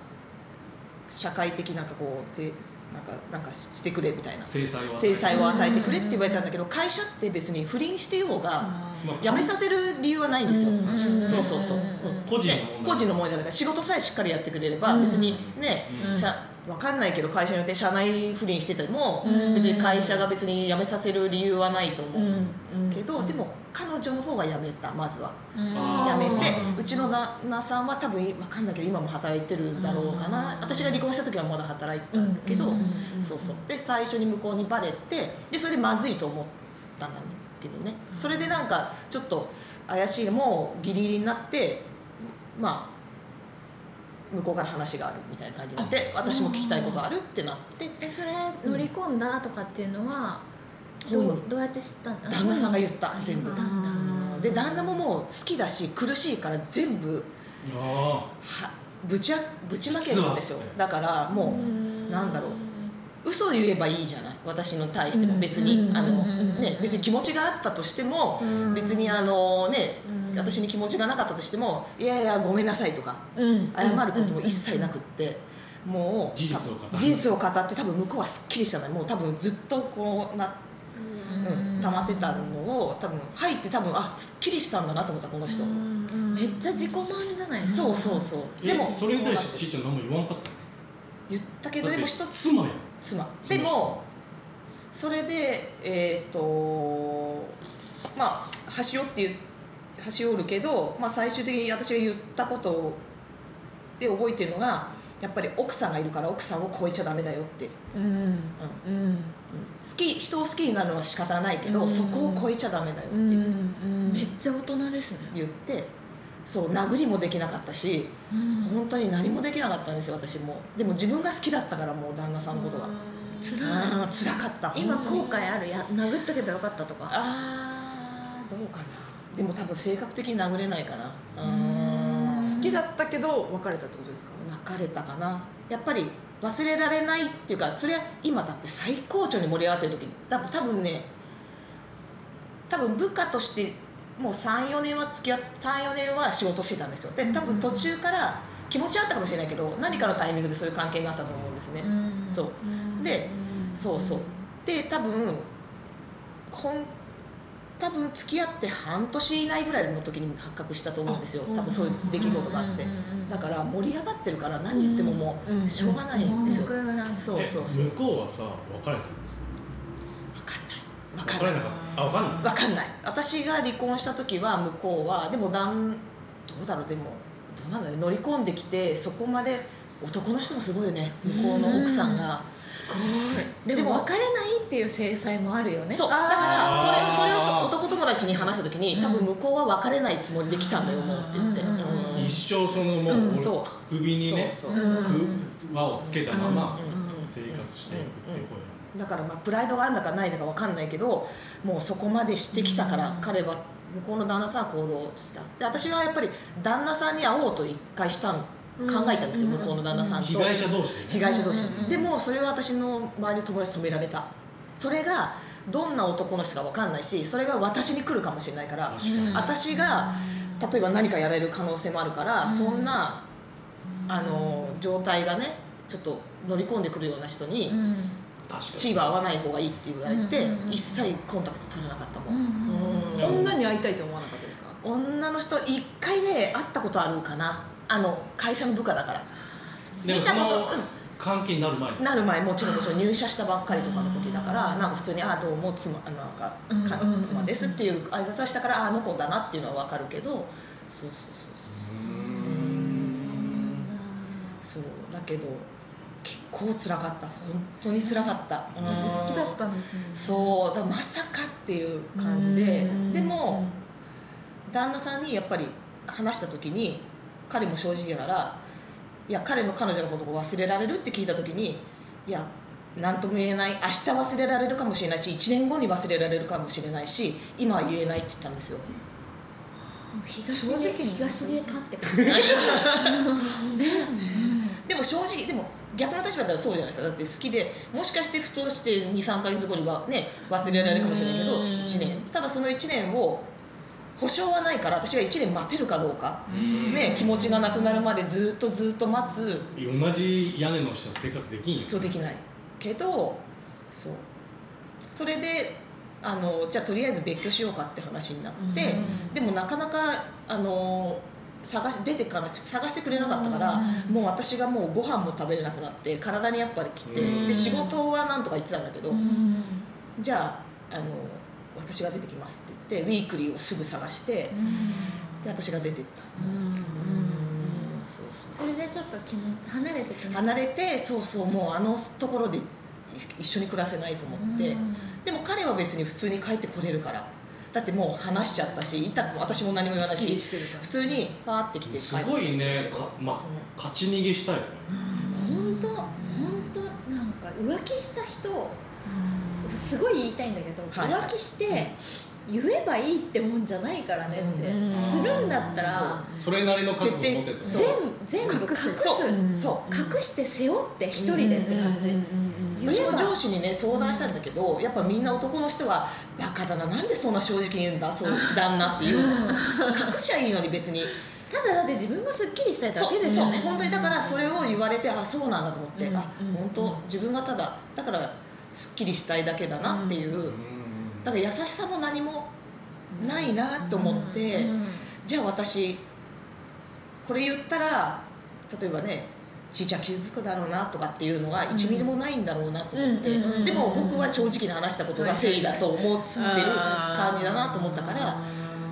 D: 社会的なんかこうてなんかなんかしてくれみたいな
C: 制裁は
D: 制裁を与えてくれって言われたんだけど会社って別に不倫してようが
C: まあ
D: 辞めさせる理由はないんですよ、
A: ん
D: そうそうそう、
A: うん
D: うん
C: 個人の
D: ね
C: 問題
D: 個人の問題だから仕事さえしっかりやってくれれば別にね、社分かんないけど会社によって社内不倫してても
B: うん
D: 別に会社が別に辞めさせる理由はないと思うけど
B: うん
D: でも彼女の方が辞めたまずは
A: うん
D: 辞
B: あ
D: めて
B: ー
D: うちの旦那さんは多分分かんないけど今も働いてるだろうかな
A: うん
D: 私が離婚した時はまだ働いてたんだけど
B: うん
D: そうそうで最初に向こうにバレてでそれでまずいと思ったんだけどねそれでなんかちょっと怪しいもうギリギリになってまあ向こうから話があるみたいな感じになって私も聞きたいことあるってなって
A: えそれ乗り込んだとかっていうのはど
D: 本
A: う
D: 人
A: どうやって知ったんだ
D: 旦那さんが言った全部
A: あそうなんだ
D: で旦那ももう好きだし苦しいから全部
C: あ
D: はぶちあぶちまけるんですよ
C: 実は
D: だからもうなんだろう嘘を言えばいいじゃない私の対しても別に
A: うん
D: あの
A: うん
D: ね別に気持ちがあったとしても
B: うん
D: 別にあのね
A: うん
D: 私に気持ちがなかったとしてもいやいやごめんなさいとか謝ることも一切なくってもう
C: 事実を語る
D: 事実を語って多分向こうはすっきりしたのにもう多分ずっとこうなうん、溜まってたのを多分入って多分あすっきりしたんだなと思ったこの人、
A: めっちゃ自己満じゃないですか
D: そうそうそう
C: でもそれに対し
D: こ
C: て
D: う
C: ちいちゃん何も言わなかったの
D: 言ったけど
C: だっ
D: で
C: て
D: も一つ
C: 妻やん
D: 妻
C: そう
D: でもそれでえっ、とまあ端折って言う端折るけど、まあ、最終的に私が言ったことで覚えてるのがやっぱり奥さんがいるから奥さんを超えちゃダメだよって、うん好き人を好きになるのは仕方ないけど、
B: うん
D: そこを超えちゃダメだよっていう
A: めっちゃ大人ですね
D: 言ってそう殴りもできなかったし
A: うん
D: 本当に何もできなかったんですよ私もでも自分が好きだったからもう旦那さんのことが
A: 辛い
D: あつらかった
A: 今
D: 本当に
A: 後悔あるや殴っとけばよかったとか
D: あーどうかなでも多分性格的に殴れないかな
A: うん
D: うん
B: 好きだったけど別れたってことですか
D: 別れたかなやっぱり忘れられないっていうかそれは今だって最高潮に盛り上がってる時に多分多分ね多分部下としてもう34年は付き合っ34年は仕事してたんですよで多分途中から気持ちはあったかもしれないけど何かのタイミングでそういう関係になったと思うんですね、
A: うん
D: そうでそうそうで多分ほん多分付き合って半年以内ぐらいの時に発覚したと思うんですよ
B: あ
D: 多分そういう出来事があって
A: うんうんうんうん
D: だから盛り上がってるから何言ってももうしょうがないんですよ
A: 文句なんか
D: そうそうそう
C: え向こうはさ別れた
D: 分
C: の
D: かん
C: 別
D: な
C: れ
D: い
C: なかったあ分かん
D: 分かんない私が離婚した時は向こうはでもなんどうだろうでもどうなんだろう乗り込んできてそこまで男の人もすごいよね向こうの奥さんが
A: で
D: でも
A: も別れないっていう制裁もあるよね
D: そうだ
A: あー
D: からそれそれを
C: あー
D: 男友達に話した時に多分向こうは別れないつもりで来たんだよもうって言って、
A: うんうんうん
D: うん
C: ない一生そのもう
D: うん
C: 俺
D: そう
C: 首にね
D: そうそう
A: そう
C: ふ輪をつけたまま
D: うんうん
C: 生活していくっていう声
D: だからまあプライドがあるんだかないのか分かんないけどもうそこまでしてきたから彼は向こうの旦那さんは行動したで私はやっぱり旦那さんに会おうと一回したん考えたんですよ向こうの旦那さんと
C: 被害者同士で
D: 被
C: ね
D: 害者同士
A: うんうんうん
D: でもそれは私の周りの友達止められたそれがどんな男の人か分かんないしそれが私に来るかもしれないから
C: 確かに
D: 私が例えば何かやられる可能性もあるから、そんなあの状態がねちょっと乗り込んでくるような人に、
A: うん
C: 確か
D: 地位は合わない方がいいって言われて、
A: うんうんうん
D: 一切コンタクト取れなかったもん、
A: うん
C: うん
D: うん
B: 女に会いたいと思わなかったですか
D: 女の人一回ね会ったことあるかなあの会社の部下だから
C: にでも
D: 見た
C: その
D: ことうん
C: 関係になる前に
D: なる前もちろんもちろん入社したばっかりとかの時だからなんか普通に「あどうも妻あなんか
A: うん
D: か
A: うん
D: 妻です」っていう挨拶はしたから「ああの子だな」っていうのは分かるけどそうそうそうそうそうだけど結構辛かった本当に辛かった、うん
B: だって好きだったんですね
D: そうだからまさかっていう感じで
B: うん
D: でも旦那さんにやっぱり話した時に彼も正直だからいや彼の彼女のことを忘れられるって聞いた時にいや何とも言えない明日忘れられるかもしれないし1年後に忘れられるかもしれないし今は言えないって言ったんですよ
A: 東
B: 正
A: で
B: 直に
A: 東で勝ってくるですね
D: でも正直でも逆の立場だったらそうじゃないですかだって好きでもしかしてふとして23か月後にはね忘れられるかもしれないけど
B: うん
D: 1年ただその1年を保証はないから私が1年待てるかどうか、ね、気持ちがなくなるまでずっとずっと待つ
C: 同じ屋根の下で生活できんよ
D: そうできないけどそうそれであのじゃあとりあえず別居しようかって話になって、
B: うん
D: でもなかなかあの探し出てから探してくれなかったから、もう私がもうご飯も食べれなくなって体にやっぱりきて、
C: うん
D: で仕事はなんとか言ってたんだけど、
A: うん
D: じゃああの私が出てきますって言ってウィークリーをすぐ探して、で私が出てった、うんそうそ
A: そ
D: う
A: れでちょっと気も離れてきま
D: 離れてそうそうもうあのところでい一緒に暮らせないと思って、
A: うん
D: でも彼は別に普通に帰ってこれるからだってもう話しちゃったし痛くも私も何も言わない
B: すっき
D: し
B: りしてるから
D: 普通にパーって来て
C: すごいねか、ま、勝ち逃げしたよね
A: 本当本当なんか浮気した人すごい言いたいんだけど、
D: はいはい
A: 浮気して言えばいいってもんじゃないからねって、
D: うん
A: するんだったら
C: それなりの覚悟を持ってた
D: そ
A: 全
D: う
A: 全部隠す
D: 帰ってそう
B: うん
D: そう
A: 隠して背負って一人でって感じ、
B: うんうんうんうん
D: 私も上司にね相談したんだけどやっぱみんな男の人は「バカだななんでそんな正直に言うんだそういう旦那」っていう隠しゃいいのに別に
A: ただだって自分がすっきりしたいだ
D: そ
A: け
D: う
A: です
D: そう
A: よね
D: 本当にだからそれを言われてあそうなんだと思って、
B: うん
D: あ
B: うん
D: 本当自分がただだからすっきりしたいだけだなっていう、だから優しさも何もないなと思って、
A: うんうん
D: じゃあ私これ言ったら例えばねちいちゃん傷つくだろうなとかっていうのが1ミリもないんだろうなと思って、
B: うんうんうんうん
D: でも僕は正直に話したことが誠意だと思ってる感じだなと思ったから、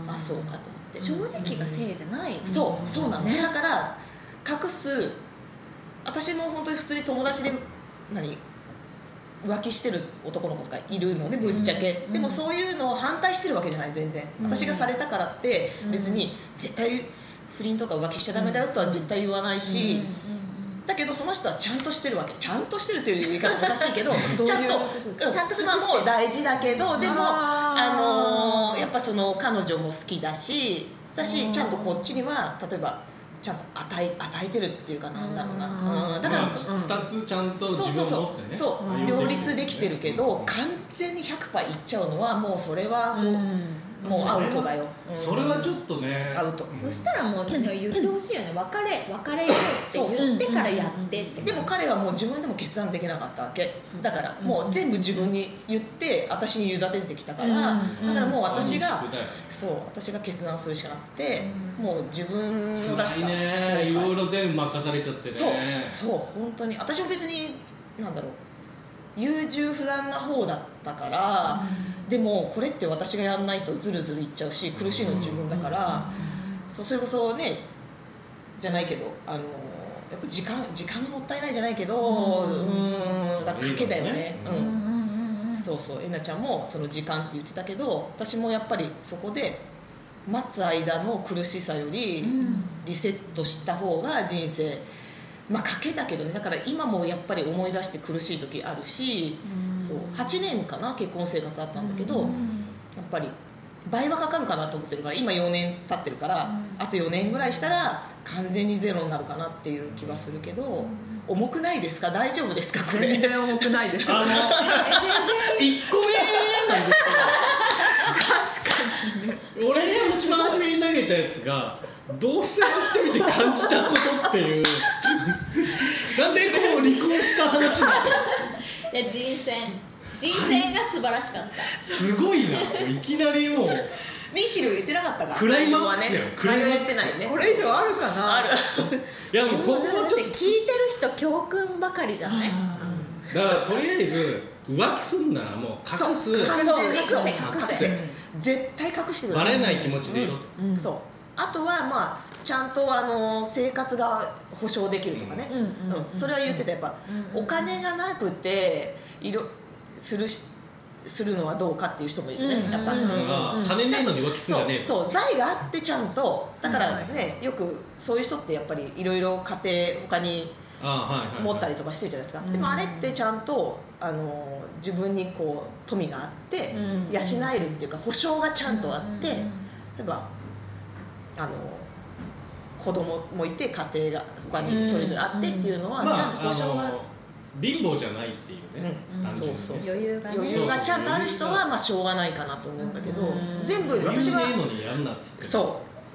D: あそうかと思って
A: 正直がせいじゃない、
D: そうそうなの、
A: ね
D: だから隠す私も本当に普通に友達で何浮気してる男の子とかいるのでぶっちゃけ、
A: うん
D: でもそういうのを反対してるわけじゃない全然、私がされたからって別に絶対不倫とか浮気しちゃダメだよとは絶対言わないし、だけどその人はちゃんとしてるわけちゃんとしてるという言い方おかしいけど
B: ういう
D: ちゃんと
B: ことですか
D: うん
A: ちゃんと隠してる
D: 妻も大事だけどでもあ
B: あー
D: のーやっぱその彼女も好きだしだしちゃんとこっちには例えばちゃんと与え与えてるっていうかなんだろうな、うんだからそ、
C: まあ2つちゃんと
D: そう
C: 自
D: そ
C: 分
D: う
C: を
D: そ
C: 持ってね
D: うそう、
C: 歩んいく
D: 両立できてるけど、
C: うん
D: 完全に100いっちゃうのはもうそれはもう,、もうアウトだよ、うん
C: それはちょっとね
D: アウト
A: そしたらもう、ね言ってほしいよね別れ別れようって言ってからやってって
D: でも彼はもう自分でも決断できなかったわけだからもう全部自分に言って私に委ねてきたから、
B: うん
D: だからもう私が、
C: 民宿だよね
D: そう私が決断するしかなくて、もう自分の出した
C: 辛いねいろいろ全部任されちゃってね
D: そうそう本当に私も別になんだろう優柔不断な方だったから、でもこれって私がやんないとズルズルいっちゃうし苦しいの自分だから、そうそれこそねじゃないけどあのやっぱ時間時間がもったいないじゃないけどうーんだから賭けだよね
C: う
D: うんん、
A: うんうんうんうん
D: そうそうえなちゃんもその時間って言ってたけど私もやっぱりそこで待つ間の苦しさより
A: ん
D: リセットした方が人生まあ賭けだけどねだから今もやっぱり思い出して苦しい時あるし、そう8年かな結婚生活だったんだけど、やっぱり倍はかかるかなと思ってるから今4年経ってるから、あと4年ぐらいしたら完全にゼロになるかなっていう気はするけど、重くないですか大丈夫ですかこれ
B: 全然重くないですよ
C: あ
A: え全然
C: の1個目なん ですけど確かに俺が一番初めに投げたやつが同棲してみて感じたことって いうなんでこう離婚した話になって
A: い
C: る
A: や人選人選が素晴らしかった
C: すごいなもういきなりもう
D: ミシル言ってなかったか
C: クライマックスよク
D: ク
C: ラ
D: ラ
C: イ
D: イ
C: マ
D: マ
C: ッ
D: ッ
C: ク
D: ク
C: ス
D: スないね
B: これ以上あるかな
D: ある
C: いやもうここはちょっ
A: だ
C: と
A: って聞いてる人教訓ばかりじゃない
C: だからとりあえず浮気すんならもう隠す
D: 完
A: そう
D: 全に
A: 隠せ
D: そう
A: 隠
D: 隠
C: せ
D: せ絶対隠してくだ
C: バ
D: さい
C: レない気持ちでいろと、
D: うんそうあとはまあちゃんとあの生活が保障できるとかね
B: うんうん
D: うんそれは言ってたやっぱお金がなくていろするしするのはどうかっていう人もいるねやっぱうん
C: ああ金ないのに浮気すんじゃねえと
D: そうそう財があってちゃんとだからねよくそういう人ってやっぱりいろいろ家庭他に
C: ああはいはい、
D: 持った
C: り
D: りとかしてるじゃないですか、でもあれってちゃんとあの自分にこう富があって、
B: うん
D: 養えるっていうか保証がちゃんとあって、例えばあの子供もいて家庭が他にそれぞれあってっていうのは、
C: ま
D: ちゃんと
C: あ
D: 保証があ
C: あ
D: って
C: の貧乏じゃないっていうね、
D: うん
C: 単純にね
D: そうそう
A: 余裕がね
D: 余裕がちゃんとある人はまあしょうがないかなと思うんだけど、全部
C: 余裕
D: 私
C: ね
D: は
C: えのにやるなっつって
D: そう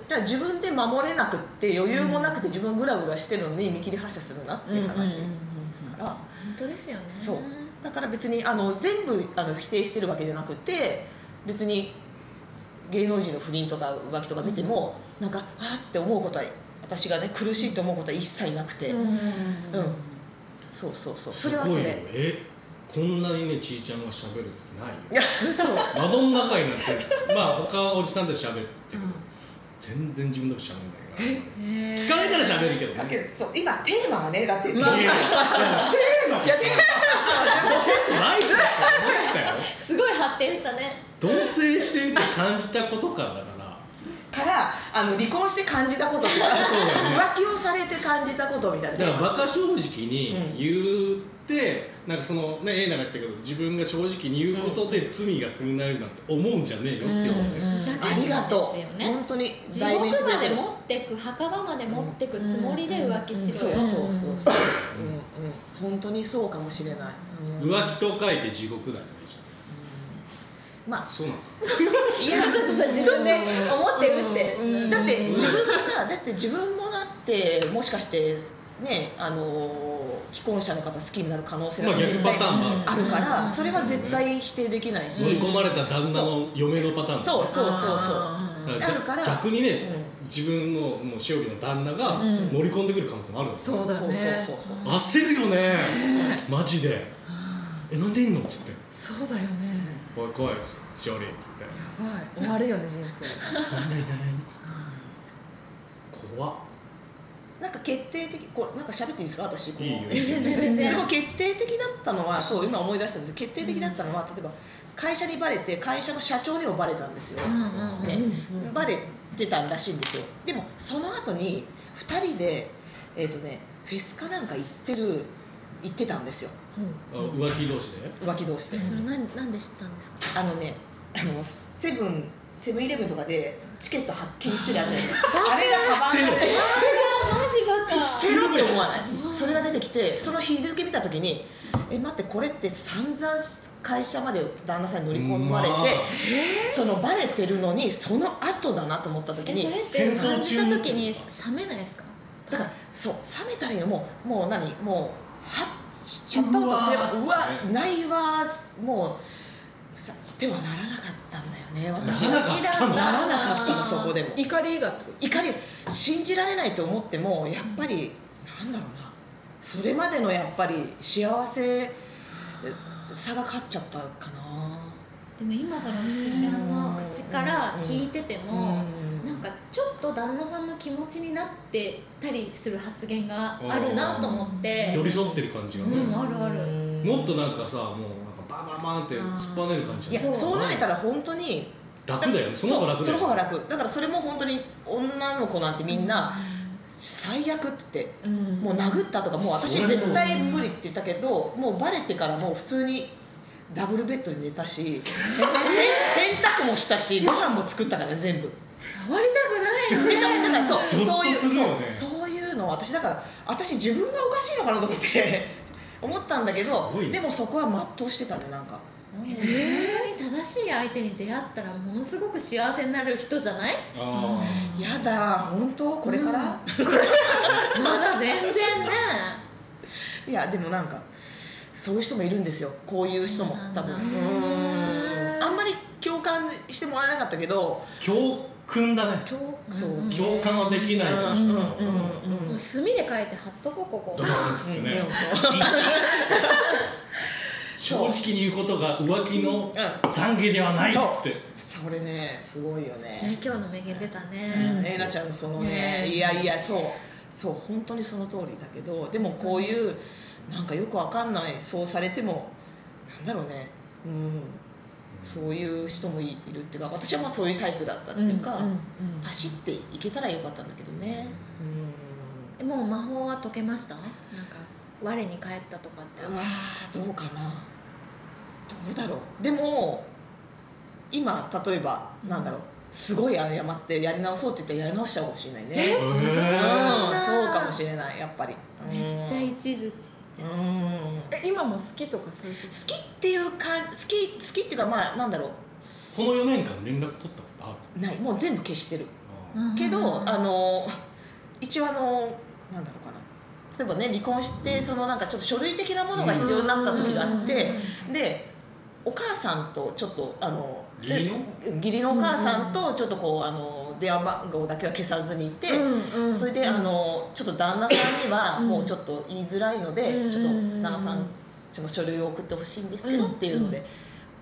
D: だから自分で守れなくって余裕もなくて自分グラグラしてるのに見切り発車するなっていう話だから。
A: 本当ですよね
D: そうだから別にあの全部あの否定してるわけじゃなくて別に芸能人の不倫とか浮気とか見ても、なんかあって思うことは私がね苦しいと思うことは一切なくて、うんそうそうそう
B: それはそれ
C: すごいよえこんなにねちいちゃんが喋る時ないよ
D: いや
B: 嘘
C: マドンナ会なんて まあ他はおじさんたち喋ってるけど、全然自分のこと喋んないから聞かれたら喋るけどね
D: だけど そう今テーマがねだって、
C: い
D: ま
C: や
D: あ
C: いやテーマが
D: いやテ
C: ないと思ったよ
A: すごい発展したね
C: 同棲してみて感じたことからだから
D: からあの離婚して感じたこととか
C: そうだよね
D: 浮気をされて感じたことみたいな
C: だからバカ正直に言って、なんかそのねえなんか言ったけど自分が正直に言うことで罪が償えるなんて思うんじゃねえよっていうのね、
A: ふざけんな
D: ありがと
A: ですよ
D: う、
A: ね
D: 本当に
A: 地獄
D: 弁してくれ
A: まで
D: てる
A: 持ってく墓場まで持ってくつもりで浮気し
D: そ
A: ろ
D: う
A: よ、
D: そうそうそう、うんうん、本当にそうかもしれない、うん
C: 浮気と書いて地獄だよねじゃ
D: ま
C: あそうなのか
D: あいや
A: ちょっとさ自分で思ってるって、うん
D: だって自分がさだって自分もだってもしかしてねあのー既婚者の方好きになる可能性
C: まあ逆パターンもある
D: あるからそれは絶対否定できないし、
C: 乗り込まれた旦那の嫁のパターン
D: そうそうそうそう
C: だ
D: あるから
C: 逆にね、自分のもうしおりの旦那が乗り込んでくる可能性もあるんですよ、
B: そうだ
D: そうそう
B: ね
D: そうそう
C: 焦るよねマジで「えなんでいんの?」っつって
B: そうだよね
C: 「おい来いしおり」っつって
B: やばい終わるよね人生
C: 「ないないない」っつって怖っ
D: なんか決定的こうなんか喋っていいですか私この
C: いいよ
A: え全然全然
D: すごい決定的だったのはそう今思い出したんです決定的だったのは例えば会社にバレて会社の社長にもバレたんですよ、
A: うんうんうん
D: ねバレてたらしいんですよでもその後に2人でえっ、とねフェスかなんか行ってる行ってたんですよ
C: あ浮気同士で
D: 浮気同士で
A: えそれなんなんで知ったんですか
D: あのねあのセブンセブンイレブンとかでチケット発見してるやつやね あれがカバン
C: 捨てろ
A: マジバカ
D: 捨てろって思わないそれが出てきてその日付見た時にえ待ってこれって散々会社まで旦那さんに乗り込まれて、
C: まあ
D: そのバレてるのにその後だなと思った時
A: え
D: に
A: それ
C: 戦
A: って
C: 争
A: 感じた
C: 中
A: 時に冷めないですか
D: だからそう冷めたらいいのもうもう何もうはっしちゃったことすれば
C: うわー
D: うわないわーもうさではならなかったんだよね私
C: ならなかったの
D: ならなかったのそこでも
B: 怒りがってこ
D: 怒り信じられないと思ってもやっぱり、なんだろうなそれまでのやっぱり幸せさが勝っちゃったかな
A: でも今そのちいちゃんの口から聞いてても、
D: うん
A: なんかちょっと旦那さんの気持ちになってたりする発言があるなと思って
C: 寄り添ってる感じが
A: う
C: ね、
A: んあるある、
C: もっとなんかさもうなんかバンバンバンって突っぱねる感じ
D: い
C: じゃ
D: や
C: ん
D: そうなれたら本当に
C: 楽だよねその方が楽だ
D: そう
C: よ
D: その方が楽だからそれも本当に女の子なんてみんな最悪って、もう殴ったとかもう
C: そ
D: 私
C: りゃそう
D: 絶対無理って言ったけどもうバレてからもう普通にダブルベッドに寝たしせん洗濯もしたしご飯も作ったからね全部
A: 触りたくないよね
D: でしょだからそう
C: ゾッ
D: そう
C: と
D: いう
C: するよね
D: そうそういうの私だから私自分がおかしいのかなと思って思ったんだけど
C: すごいね
D: でもそこは全うしてたねなんか。
A: 本当に正しい相手に出会ったらものすごく幸せになる人じゃない
C: あ
D: やだ本当これから、
A: まだ全然ね
D: いやでもなんかそういう人もいるんですよこういう人も多分うーんあんまり共感してもらえなかったけど
C: あ教訓だね
D: 共そう、
C: 共感はできないかもしれないけど、
A: もう墨で書いて貼っとこうここ
C: ドカーンっつってね、正直に言うことが浮気の懺悔ではないっつって
D: それねすごいよね
A: ね今日の名言出たね、
D: えなちゃんのそのね
A: ね
D: いやいやそうそう本当にその通りだけどでもこういうなんかよくわかんないそうされてもなんだろうねうんそういう人もいいるっていうか私はまあそういうタイプだったっていうか、
B: うんうんうん
D: パシっていけたらよかったんだけどねうん
A: もう魔法は解けましたなんか我に返ったとかって
D: うわーどうかなどうだろうでも今例えばなんだろうすごい謝ってやり直そうって言ったらやり直しちゃうかもしれないね
C: え
D: うん
C: ー
D: そうかもしれないやっぱり
A: めっちゃ
D: い
A: 一途ち
D: うん好
B: とえ今も好きとかそういうこと
D: きっていうか好き好きっていうかまあなんだろ
C: この4年間連絡取ったことある
D: うないもう全部消してる
C: あ
D: けど、あの一応あのなんだろうかな例えばね離婚してそのなんかちょっと書類的なものが必要になった時があって、でお母さんとちょっとあの
C: 義理の
D: え義理のお母さんとちょっとこうあの電話番号だけは消さずにいて、
B: うんうん
D: それであのちょっと旦那さんには
B: うん
D: もうちょっと言いづらいので、
B: うん
D: ちょっと
B: うんうんうん
D: 旦那さんちょっと書類を送ってほしいんですけど、
B: うん
D: っていうので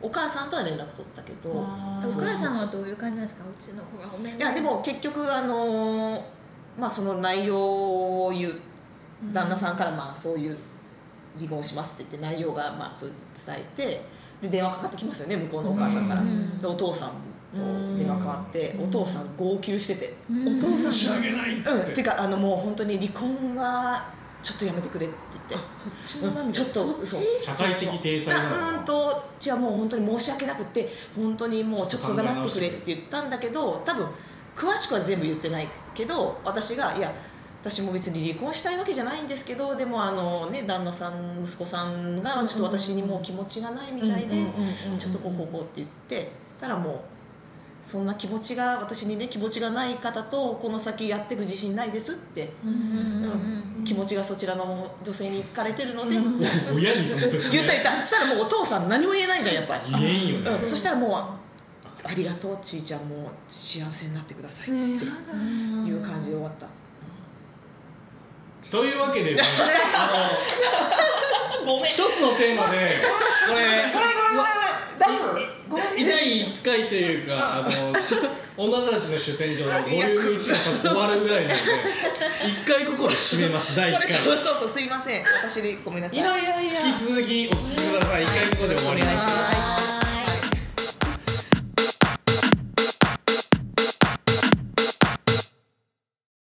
D: お母さんとは連絡取ったけど、
B: あー
A: お
D: そう
A: 母さんはどういう感じなんですかうちの子がおめ
D: いやでも結局あのーまあその内容を言う旦那さんからまあそういう離婚しますって言って内容がまあそう伝えてで電話かかってきますよね向こうのお母さんから、
A: うん
D: でお父さんと電話かかってお父さん号泣してて、
A: お
B: お父さん
C: 仕上げないっつ
D: うん
C: って
D: てかあのもう本当に離婚はちょっとやめてくれって言って
B: そっち
D: の涙
A: そっ
D: そ
A: ち
C: 社会的体裁なの
D: あうーんとじゃあもう本当に申し訳なくて本当にもうちょっと黙ってくれって言ったんだけど多分詳しくは全部言ってないけど私がいや私も別に離婚したいわけじゃないんですけどでもあのね旦那さん息子さんがちょっと私にもう気持ちがないみたいでちょっとこうこうこうって言ってそしたらもう。そんな気持ちが私にね気持ちがない方とこの先やっていく自信ないですって、
A: うんうんうん
D: うん気持ちがそちらの女性に行かれてるので、
C: 親にその説
D: 言った言ったそしたらもうお父さん何も言えないじゃんやっぱ
C: 言えんよね、
D: り、うん、そしたらもう「ありがとうちいちゃんもう幸せになってください」っつって
A: うん
D: いう感じで終わった、
C: というわけで、ま ああの一つのテーマでこれ
D: ごめんごめんごめん大丈夫ごめん
C: 痛い一回というかあの女たちの主戦場のボリューム1が多分終わるぐらいなので一回ここで締めます第1
D: これそう
C: 回
D: そうそうすいません私でごめんなさい
B: いやいやいや
C: 引き続きお聞きください一回ここで終わります
D: はい